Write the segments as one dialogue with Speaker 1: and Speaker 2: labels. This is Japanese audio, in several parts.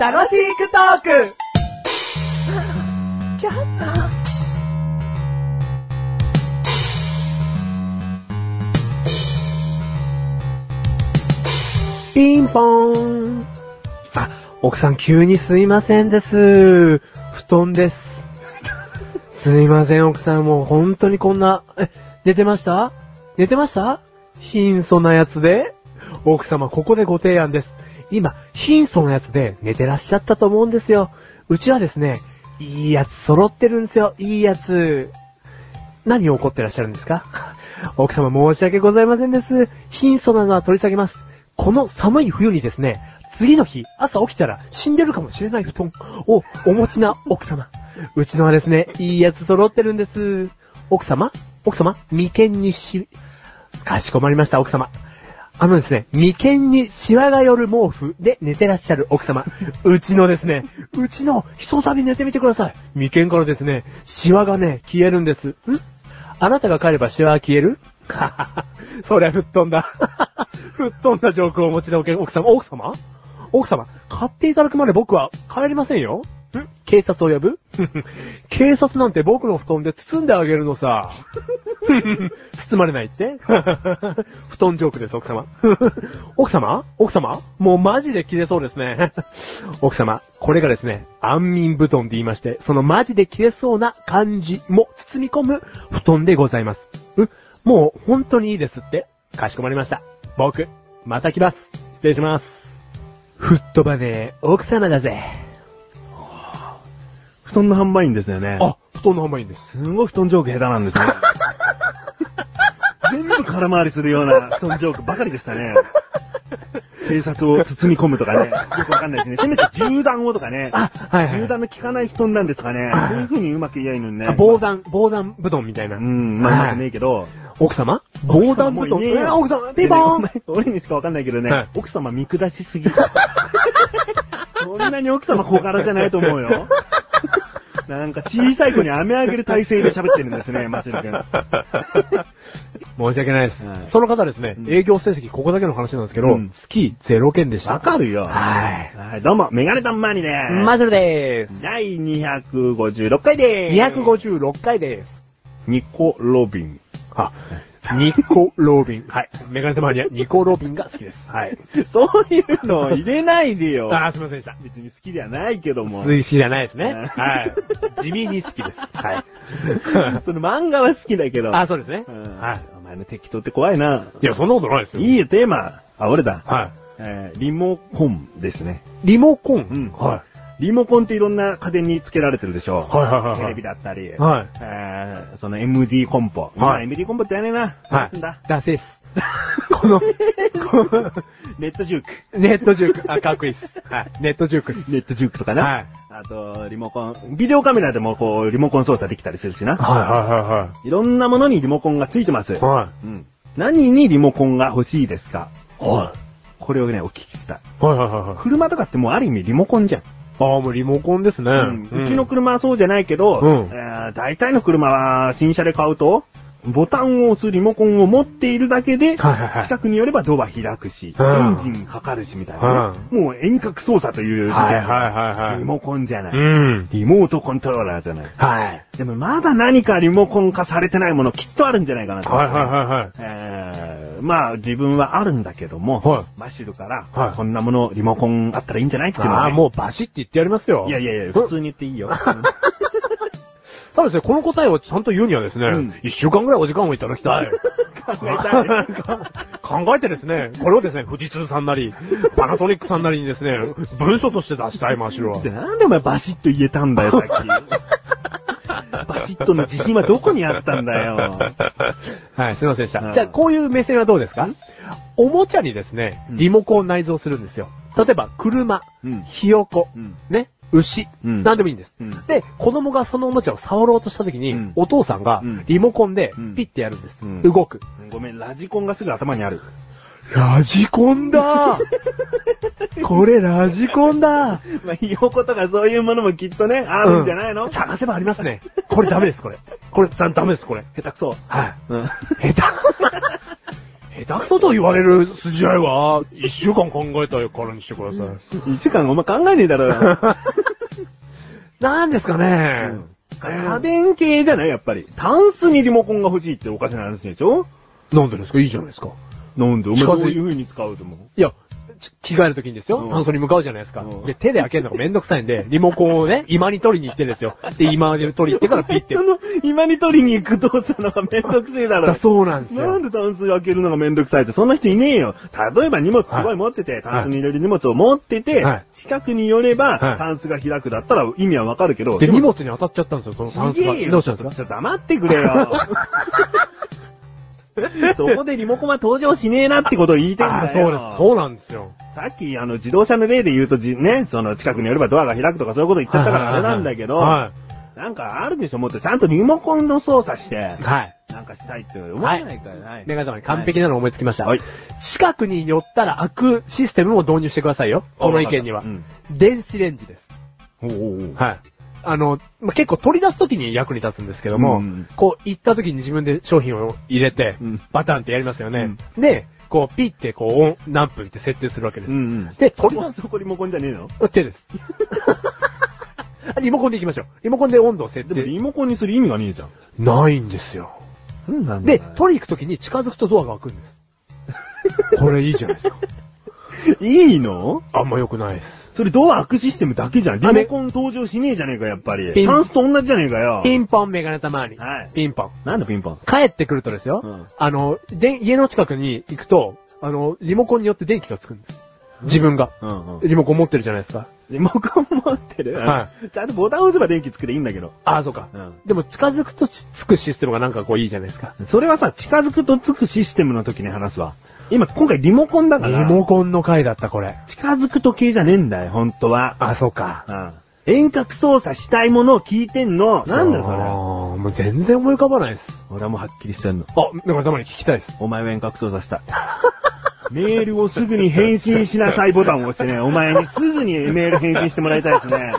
Speaker 1: 楽しくトーク
Speaker 2: ピンポーン。あ、奥さん急にすいませんです。布団です。すいません、奥さん。もう本当にこんな、え、寝てました寝てました貧相なやつで奥様、ここでご提案です。今、貧相なやつで寝てらっしゃったと思うんですよ。うちはですね、いいやつ揃ってるんですよ。いいやつ。何を怒ってらっしゃるんですか 奥様申し訳ございませんです。貧相なのは取り下げます。この寒い冬にですね、次の日、朝起きたら死んでるかもしれない布団をお持ちな奥様。うちのはですね、いいやつ揃ってるんです。奥様奥様眉間にし、かしこまりました、奥様。あのですね、眉間にシワが寄る毛布で寝てらっしゃる奥様。うちのですね、うちの、ひとたび寝てみてください。眉間からですね、シワがね、消えるんです。んあなたが帰ればシワは消える はははそりゃ吹っ飛んだ。 吹っ飛んだジョークをお持ちのおけ奥様、奥様奥様、買っていただくまで僕は帰りませんよ。ん警察を呼ぶ 警察なんて僕の布団で包んであげるのさ。包まれないって 布団ジョークです、奥様。 奥様奥様もうマジで切れそうですね。 奥様、これがですね、安眠布団で言いまして、そのマジで切れそうな感じも包み込む布団でございます。んもう本当にいいですってかしこまりました。僕、また来ます。失礼します。吹っ飛ばねえ奥様だぜ。
Speaker 3: 布団の販売員ですよね。
Speaker 2: あ、布団のまいいんです。
Speaker 3: すんごい布団ジョーク下手なん ですね。全部空回りするような布団ジョークばかりでしたね。警察を包み込むとかね。よくわかんないですね。せめて銃弾をとかね。
Speaker 2: あ、はい、はい
Speaker 3: 銃弾の効かない布団なんですかね。
Speaker 2: あ
Speaker 3: そういう風にうまく言えないのに
Speaker 2: あ
Speaker 3: ね。
Speaker 2: 防弾、防弾布団みたいな。
Speaker 3: うん、まあうまくねえけど。
Speaker 2: 奥様防
Speaker 3: 奥
Speaker 2: 弾
Speaker 3: 様
Speaker 2: 布
Speaker 3: もうい
Speaker 2: 団。
Speaker 3: ねえよ
Speaker 2: あ奥様、ピンポーン
Speaker 3: ねえねえごめん俺にしかわかんないけどね、
Speaker 2: はい
Speaker 3: 奥様見下しすぎ。そんなに奥様小柄じゃないと思うよ。なんか小さい子に飴あげる体勢で喋ってるんですね、マシル君。
Speaker 2: 申し訳ないです。
Speaker 3: はい
Speaker 2: その方ですね、
Speaker 3: うん
Speaker 2: 営業成績ここだけの話なんですけど、
Speaker 3: うん
Speaker 2: スキー0件でした。
Speaker 3: わかるよ。
Speaker 2: はい。
Speaker 3: はい、どうも、メガネたんまにでーす。
Speaker 2: マジルでーす。
Speaker 3: 第256回でーす。。
Speaker 2: 256回です。
Speaker 3: ニコ・ロビン。
Speaker 2: あ、ニコ・ロビン。はい。メガネたまにはニコ・ロビンが好きです。はい。
Speaker 3: そういうの入れないで よ。
Speaker 2: あー、すいませんでした。
Speaker 3: 別に好きではないけども。
Speaker 2: 推知らないですね。
Speaker 3: うん
Speaker 2: はい。地味に好きです。はい。
Speaker 3: その漫画は好きだけど。
Speaker 2: あ、そうですね。
Speaker 3: うん
Speaker 2: はい。
Speaker 3: お前の適当って怖いな。
Speaker 2: いや、そんなことないですよ。
Speaker 3: いいよ、テーマ。あ、俺だ。
Speaker 2: は
Speaker 3: えーリモコンですね。
Speaker 2: い。リモコン。
Speaker 3: うん
Speaker 2: は
Speaker 3: リモコンっていろんな家電につけられてるでしょ
Speaker 2: い。。はいはいはい
Speaker 3: テ
Speaker 2: は
Speaker 3: レ
Speaker 2: い
Speaker 3: ビ。だったり。
Speaker 2: はい。
Speaker 3: えーその MD コンポ。
Speaker 2: はい
Speaker 3: 今 MD コンポってやねえな。
Speaker 2: は
Speaker 3: なんつんだ
Speaker 2: い。ダセーす。 この、この
Speaker 3: ネットジューク。
Speaker 2: ネットジューク。あ、かっこいいっす。はい。ネットジュークっす。
Speaker 3: ネットジュークとかな。
Speaker 2: はい。
Speaker 3: あと、リモコン。ビデオカメラでもこう、リモコン操作できたりするしな。
Speaker 2: はいはい
Speaker 3: ろんなものにリモコンがついてます
Speaker 2: いはい。。は
Speaker 3: うん。何にリモコンが欲しいですか
Speaker 2: い。は
Speaker 3: これをね、お聞きしたい。
Speaker 2: い。はいはいはいはい。
Speaker 3: 車とかってもうある意味リモコンじゃん。
Speaker 2: ああ、もうリモコンですね。
Speaker 3: うんうちの車はそうじゃないけど、
Speaker 2: うん
Speaker 3: えー大体の車は新車で買うと、ボタンを押すリモコンを持っているだけで、
Speaker 2: はいはいはい
Speaker 3: 近くによればドア開くし、
Speaker 2: うん
Speaker 3: エンジンかかるしみたいなね、もう遠隔操作という時代
Speaker 2: はいはいはいはい
Speaker 3: リモコンじゃない、
Speaker 2: うん。
Speaker 3: リモートコントローラーじゃない。
Speaker 2: はい。
Speaker 3: でもまだ何かリモコン化されてないものきっとあるんじゃないかなと。
Speaker 2: はいはいはいはい。
Speaker 3: えー、まあ自分はあるんだけども、
Speaker 2: はい
Speaker 3: マシュルから、
Speaker 2: はい
Speaker 3: こんなものリモコンあったらいいんじゃないっていうのをね
Speaker 2: ああ、もうバシって言ってやりますよ。
Speaker 3: いやいやいや、
Speaker 2: うん
Speaker 3: 普通に言っていいよ。
Speaker 2: ただですね、この答えをちゃんと言うにはですね
Speaker 3: うん、
Speaker 2: 一週間ぐらいお時間をいただきた い。考えてですね、これをですね、富士通さんなり、パナソニックさんなりにですね、文書として出したい、マシロは。
Speaker 3: でなんでお前バシッと言えたん だよ、さっき。バシッとの自信はどこにあったんだよ。
Speaker 2: はい、すいませんでし
Speaker 3: う
Speaker 2: た。
Speaker 3: ん
Speaker 2: じゃあ、こういう目線はどうですかおもちゃにですね、
Speaker 3: うん
Speaker 2: リモコンを内蔵するんですよ。例えば、車、
Speaker 3: うん
Speaker 2: ひよこ、
Speaker 3: うん
Speaker 2: ね、牛、
Speaker 3: うん
Speaker 2: 何でもいいんです。
Speaker 3: うん
Speaker 2: で、子供がそのおもちゃを触ろうとした時に、
Speaker 3: うん
Speaker 2: お父さんが
Speaker 3: うん
Speaker 2: リモコンで
Speaker 3: うん
Speaker 2: ピッてやるんです。
Speaker 3: うん
Speaker 2: 動く。
Speaker 3: ごめん、ラジコンがすぐ 頭にある。
Speaker 2: ラジコンだ これラジコンだ
Speaker 3: まあ、ひよことかそういうものもきっとね、 あるんじゃないの、
Speaker 2: うん
Speaker 3: 下
Speaker 2: 探せばありますね。これダメです、これ。これ、ダメです、これ。
Speaker 3: 手くそ。
Speaker 2: はい。
Speaker 3: うん。
Speaker 2: 下手。下手くそと言われる筋合いは、一週間考えたからにしてください。
Speaker 3: 一週間お前考えねえだろうな。
Speaker 2: なんですかね、
Speaker 3: 家電系じゃないやっぱり。タンスにリモコンが欲しいっておかしな話でしょ
Speaker 2: なんでですかいいじゃないですか。
Speaker 3: なんでお前
Speaker 2: 近づ
Speaker 3: ど
Speaker 2: いう
Speaker 3: いう風に使うと思う
Speaker 2: いや、ち着替えるときにですよ、
Speaker 3: うん
Speaker 2: 炭素に向かうじゃないですか。
Speaker 3: うん
Speaker 2: で、手で開けるのがめんどくさいんで、リモコンをね、今に取りに行ってですよ。で、今で取りに行ってからピッ て。
Speaker 3: その、今に取りに行く動作のがめんどくせえだろ
Speaker 2: だ。そうなんです
Speaker 3: なん
Speaker 2: よ。
Speaker 3: でタンス開けるのがめんどくさいって、そんな人いねえよ。例えば荷物すごい持ってて、タンスに入れる荷物を持ってて、
Speaker 2: はい
Speaker 3: 近くに寄れば、
Speaker 2: はい
Speaker 3: タンスが開くだったら意味はわかるけど、
Speaker 2: で、荷
Speaker 3: も
Speaker 2: 物に当たっちゃったんですよ、その炭素
Speaker 3: ち
Speaker 2: が。
Speaker 3: げえよ
Speaker 2: どうしたんですか
Speaker 3: ちょっと黙ってく れよ。そこでリモコンは登場しねえなってことを言いたいん
Speaker 2: あー
Speaker 3: だ
Speaker 2: そう
Speaker 3: よ。
Speaker 2: です。そうなんですよ。
Speaker 3: さっき、あの、自動車の例で言うとじ、ね、その、近くに寄ればドアが開くとかそういうこと言っちゃったからあれなんだけど、
Speaker 2: は
Speaker 3: なんかあるでしょ、もっとちゃんとリモコンの操作して
Speaker 2: い。、はい。
Speaker 3: なんかしたいって思わないからない。
Speaker 2: メガネ玉に完璧なのを思いつきました。
Speaker 3: はい
Speaker 2: 近くに寄ったら開くシステムも導入してくださいよ。この意見には
Speaker 3: う。ん
Speaker 2: 電子レンジです。
Speaker 3: おうおうおう
Speaker 2: はい。あの、まあ、結構取り出すときに役に立つんですけども、
Speaker 3: うん
Speaker 2: こう、行ったときに自分で商品を入れて、
Speaker 3: うん
Speaker 2: バタンってやりますよね。で、こう、ピッて、こうオン、何分って設定するわけです。
Speaker 3: うんうん。
Speaker 2: で、取
Speaker 3: 鳥
Speaker 2: り出
Speaker 3: はそこリモコンじゃねえの
Speaker 2: す手です。 リモコンで行きましょう。リモコンで温度を設
Speaker 3: でも
Speaker 2: 定。
Speaker 3: リモコンにする意味がねえじゃん。
Speaker 2: ないんですよ。
Speaker 3: うんなん
Speaker 2: で、
Speaker 3: と、
Speaker 2: 取りに行くときに近づくとドアが開くんです。これいいじゃないですか。
Speaker 3: いいの
Speaker 2: あんま良くないです。
Speaker 3: それドア開くシステムだけじゃん。リ
Speaker 2: あれ
Speaker 3: モコン登場しねえじゃねえか、やっぱり。
Speaker 2: ピン
Speaker 3: タンスと同じじゃねえかよ。
Speaker 2: ピンポンメガネたまに。
Speaker 3: はい
Speaker 2: ピンポン。
Speaker 3: なんでピンポン
Speaker 2: 帰ってくるとですよ、
Speaker 3: うん
Speaker 2: あの、で、家の近くに行くと、あの、リモコンによって電気がつくんです。自分が。
Speaker 3: うんうん。
Speaker 2: リモコン持ってるじゃないですか。
Speaker 3: リモコン持ってる
Speaker 2: は
Speaker 3: ちゃんとボタン押せば電気つくでいいんだけど。
Speaker 2: ああ、そうか。
Speaker 3: ん。
Speaker 2: でも近づくとつつくシステムがなんかこういいじゃないですか。
Speaker 3: それはさ、近づくとつくシステムの時に話すわ。今、今回リモコンだか
Speaker 2: リ
Speaker 3: ら、
Speaker 2: モコンの回だった、これ。
Speaker 3: 近づく時計じゃねえんだよ、本当は。
Speaker 2: ああ、そうか。
Speaker 3: うん。遠隔操作したいものを聞いてんの。なんだそ
Speaker 2: あ
Speaker 3: れ。
Speaker 2: ーもう全然思い浮かばないです。
Speaker 3: 俺はもうはっきりしてんの。
Speaker 2: あ、なんかたまに聞きたいです。
Speaker 3: お前は遠隔操作 した。メールをすぐに返信しなさいボタンを押してね、お前にすぐにメール返信してもらいたいですね。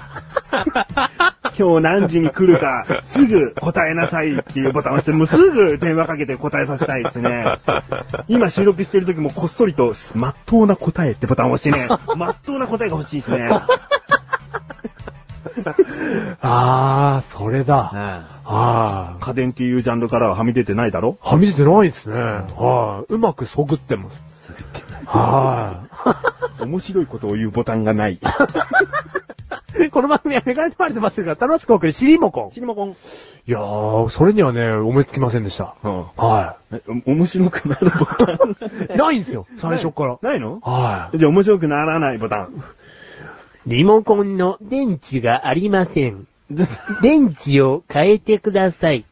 Speaker 3: 今日何時に来るか、すぐ答えなさいっていうボタンを押して、もうすぐ電話かけて答えさせたいですね。今収録してる時もこっそりと、まっとうな答えってボタンを押してね、まっとうな答えが欲しいですね。
Speaker 2: ああ、それだ。ああ。
Speaker 3: 家電っていうジャンルからははみ出てないだろ
Speaker 2: はみ出てないですね。はい。うまくそぐってます。はい。
Speaker 3: 面白いことを言うボタンがない。
Speaker 2: この番組はメガネバレてますから楽しく送るシリモコン。
Speaker 3: シリモコン。
Speaker 2: いやー、それにはね、思いつきませんでした。
Speaker 3: うん。
Speaker 2: は
Speaker 3: えお面白くなるボタン。
Speaker 2: い。ないんですよ、最初から。
Speaker 3: ないの
Speaker 2: は
Speaker 3: じゃあ面白くならないボタン。
Speaker 2: い。リ モコンの電池がありません。電池を変えてください。